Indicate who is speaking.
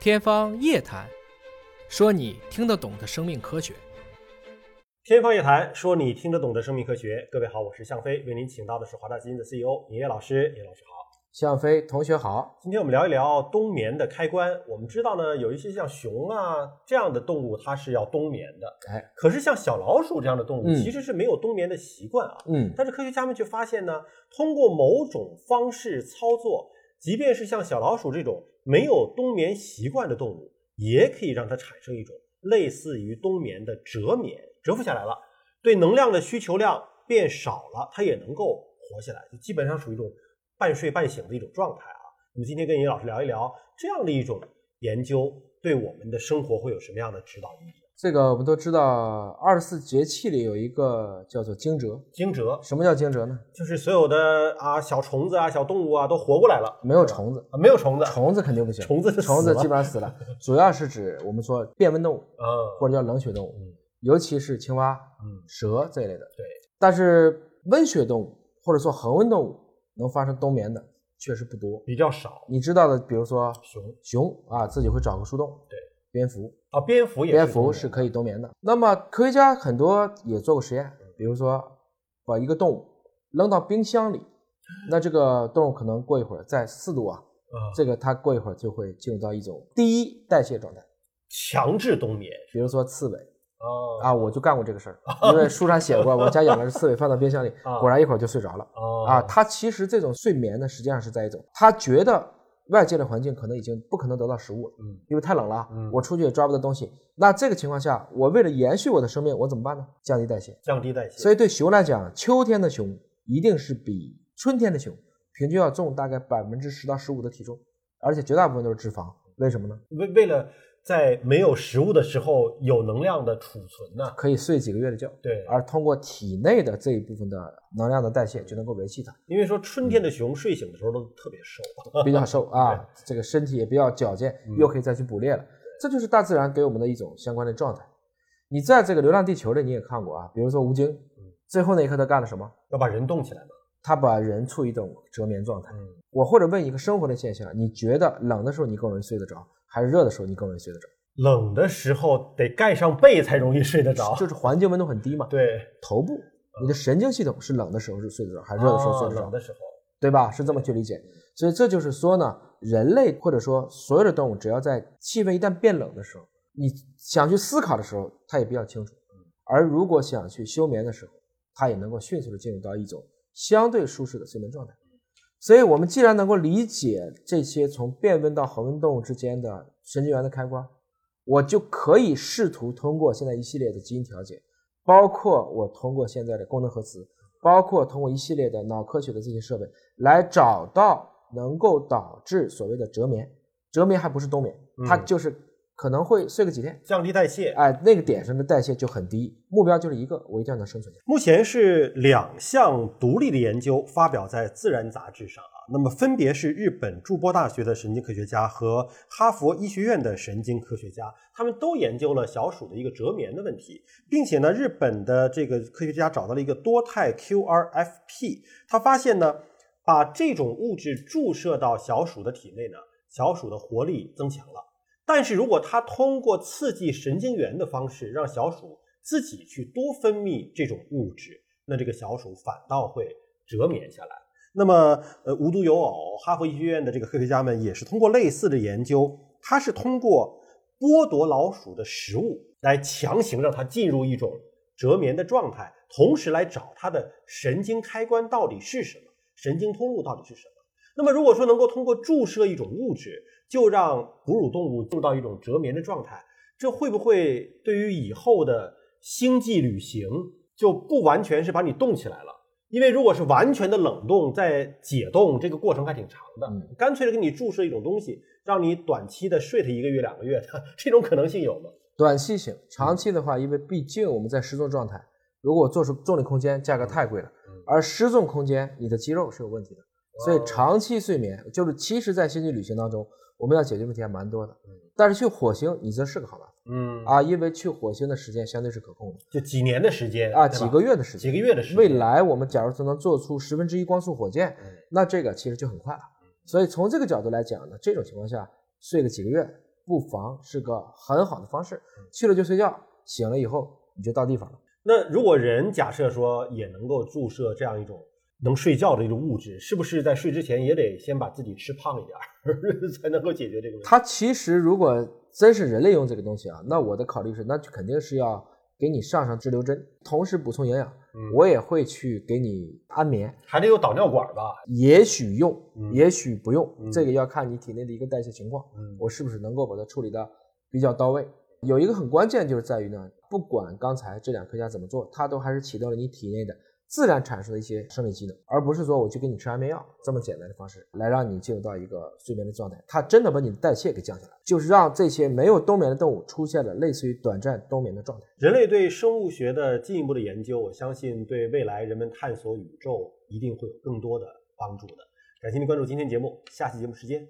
Speaker 1: 天方夜谭，说你听得懂的生命科学。
Speaker 2: 天方夜谭，说你听得懂的生命科学。各位好，我是向飞，为您请到的是华大基因的 CEO 尹烨老师。尹老师好。
Speaker 3: 向飞同学好，
Speaker 2: 今天我们聊一聊冬眠的开关。我们知道呢，有一些像熊啊这样的动物，它是要冬眠的。
Speaker 3: 哎，
Speaker 2: 可是像小老鼠这样的动物，
Speaker 3: 嗯
Speaker 2: 其实是没有冬眠的习惯啊。
Speaker 3: 嗯，
Speaker 2: 但是科学家们却发现呢，通过某种方式操作，即便是像小老鼠这种没有冬眠习惯的动物，也可以让它产生一种类似于冬眠的蛰眠，蛰伏下来了，对能量的需求量变少了，它也能够活下来，就基本上属于一种半睡半醒的一种状态啊。我们今天跟尹老师聊一聊这样的一种研究，对我们的生活会有什么样的指导意义？
Speaker 3: 这个我们都知道，二十四节气里有一个叫做惊蛰。
Speaker 2: 惊蛰
Speaker 3: 什么叫惊蛰呢？
Speaker 2: 就是所有的啊小虫子啊小动物啊都活过来了，
Speaker 3: 没有虫子，
Speaker 2: 啊没有虫子，
Speaker 3: 虫子肯定不行，
Speaker 2: 虫子是
Speaker 3: 虫子
Speaker 2: 死了
Speaker 3: 基本上死了。主要是指我们说变温动物
Speaker 2: 嗯
Speaker 3: 或者叫冷血动物
Speaker 2: 嗯，
Speaker 3: 尤其是青蛙、
Speaker 2: 嗯，
Speaker 3: 蛇这一类的。
Speaker 2: 对，
Speaker 3: 但是温血动物或者说恒温动物能发生冬眠的确实不多。
Speaker 2: 比较少。
Speaker 3: 你知道的，比如说
Speaker 2: 熊
Speaker 3: 熊啊，自己会找个树洞。
Speaker 2: 对，
Speaker 3: 蝙蝠，
Speaker 2: 啊，蝙蝠也
Speaker 3: 蝙蝠是
Speaker 2: 以
Speaker 3: 可以冬眠的。那么科学家很多也做过实验，比如说把一个动物扔到冰箱里，那这个动物可能过一会儿在四度啊，
Speaker 2: 啊，
Speaker 3: 这个它过一会儿就会进入到一种第一代谢状态。
Speaker 2: 强制冬眠
Speaker 3: 比如说刺猬
Speaker 2: 啊
Speaker 3: 啊，我就干过这个事 儿，因为书上写过，我家养的是刺猬，放到冰箱里
Speaker 2: 啊，
Speaker 3: 果然一会儿就睡着了。
Speaker 2: 啊
Speaker 3: 啊，它其实这种睡眠呢，实际上是在一种它觉得外界的环境可能已经不可能得到食物了，
Speaker 2: 嗯
Speaker 3: 因为太冷了，啊
Speaker 2: 嗯
Speaker 3: 我出去也抓不到东西。那这个情况下，我为了延续我的生命，我怎么办呢？降低代谢。
Speaker 2: 降低代谢，
Speaker 3: 所
Speaker 2: 以
Speaker 3: 以对熊来讲，秋天的熊一定是比春天的熊平均要重大概百分之十到十五的体重，而且绝大部分都是脂肪。为什么呢？
Speaker 2: 为为了在没有食物的时候有能量的储存呢，
Speaker 3: 可以睡几个月的觉，
Speaker 2: 对，
Speaker 3: 而通过体内的这一部分的能量的代谢就能够维系它，
Speaker 2: 因为说春
Speaker 3: 嗯
Speaker 2: 天的熊睡醒的时候都特别瘦，
Speaker 3: 比较瘦啊，这个身体也比较矫健
Speaker 2: 嗯，
Speaker 3: 又可以再去捕猎了。这就是大自然给我们的一种相关的状态。你在这个《流浪地球》里你也看过啊，比如说吴京，
Speaker 2: 嗯
Speaker 3: 最后那一刻他干了什么？
Speaker 2: 要把人冻起来嘛，
Speaker 3: 他把人处于一种折眠状态。
Speaker 2: 嗯，
Speaker 3: 我或者问一个生活的现象，你觉得冷的时候你更容易睡得着，还是热的时候你更容易睡得着？
Speaker 2: 冷的时候得盖上被才容易睡得着，
Speaker 3: 就是环境温度很低嘛。，
Speaker 2: 对，
Speaker 3: 头部，你的神经系统是冷的时候是睡得着，还是热的时候睡
Speaker 2: 啊
Speaker 3: 得着
Speaker 2: 冷？的时候，
Speaker 3: 对吧？是这么去理解。所以这就是说呢，人类或者说所有的动物，只要在气温一旦变冷的时候，你想去思考的时候，它也比较清楚；而如果想去休眠的时候，它也能够迅速的进入到一种相对舒适的睡眠状态。所以，我们既然能够理解这些从变温到恒温动物之间的神经元的开关，我就可以试图通过现在一系列的基因调节，包括我通过现在的功能核磁，包括通过一系列的脑科学的这些设备，来找到能够导致所谓的折眠。折眠还不是冬眠，它
Speaker 2: 嗯
Speaker 3: 就是可能会睡个几天，
Speaker 2: 降低代谢，
Speaker 3: 哎，那个点上的代谢就很低，目标就是一个，我一定要能生存下
Speaker 2: 目前是两项独立的研究发表在《自然》杂志上啊，那么分别是日本筑波大学的神经科学家和哈佛医学院的神经科学家，他们都研究了小鼠的一个折眠的问题，并且呢，日本的这个科学家找到了一个多肽 QRFP，他发现呢，把这种物质注射到小鼠的体内呢，小鼠的活力增强了。但是如果它通过刺激神经元的方式，让小鼠自己去多分泌这种物质，那这个小鼠反倒会折眠下来。那么，呃，无独有偶，哈佛医学院的这个科学家们也是通过类似的研究，它是通过剥夺老鼠的食物来强行让它进入一种折眠的状态，同时来找它的神经开关到底是什么，神经通路到底是什么。那么如果说能够通过注射一种物质，就让哺乳动物进入到一种折眠的状态，这会不会对于以后的星际旅行就不完全是把你冻起来了？因为如果是完全的冷冻再解冻，这个过程还挺长的。
Speaker 3: 嗯
Speaker 2: 干脆的给你注射一种东西，让你短期的睡它一个月、两个月的， 这种可能性有吗？
Speaker 3: 短期行，长期的话，因为毕竟我们在失重状态，如果做出重力空间，价格太贵了
Speaker 2: 嗯，
Speaker 3: 而失重空间你的肌肉是有问题的，所以
Speaker 2: 哦
Speaker 3: 长期睡眠就是，其实，在星际旅行当中，我们要解决问题还蛮多的
Speaker 2: 嗯。
Speaker 3: 但是去火星，你这是个好办法
Speaker 2: 嗯，
Speaker 3: 啊，因为去火星的时间相对是可控的
Speaker 2: 就几年的时间
Speaker 3: 啊，
Speaker 2: 对
Speaker 3: 几
Speaker 2: 吧
Speaker 3: 个月的时间。
Speaker 2: 几个月的时间，
Speaker 3: 未来我们假如说能做出十分之一光速火箭
Speaker 2: 嗯，
Speaker 3: 那这个其实就很快了。所以从这个角度来讲呢，这种情况下睡个几个月不妨是个很好的方式。
Speaker 2: 嗯
Speaker 3: 去了就睡觉，醒了以后你就到地方了。
Speaker 2: 那如果人假设说也能够注射这样一种能睡觉的一种物质，是不是在睡之前也得先把自己吃胖一点儿， 才能够解决这个问题？
Speaker 3: 它其实如果真是人类用这个东西啊，那我的考虑是，那就肯定是要给你上上滞留针，同时补充营养。
Speaker 2: 嗯
Speaker 3: 我也会去给你安眠，
Speaker 2: 还得有导尿管吧？
Speaker 3: 也许用，
Speaker 2: 嗯
Speaker 3: 也许不用，
Speaker 2: 嗯
Speaker 3: 这个要看你体内的一个代谢情况，
Speaker 2: 嗯
Speaker 3: 我是不是能够把它处理的比较到位。有一个很关键就是在于呢，不管刚才这两科学家怎么做，它都还是启动了你体内的自然产生的一些生理机能，而不是说我去给你吃安眠药这么简单的方式来让你进入到一个睡眠的状态。它真的把你的代谢给降下来，就是让这些没有冬眠的动物出现了类似于短暂冬眠的状态。
Speaker 2: 人类对生物学的进一步的研究，我相信对未来人们探索宇宙一定会有更多的帮助的。感谢您关注今天节目，下期节目时间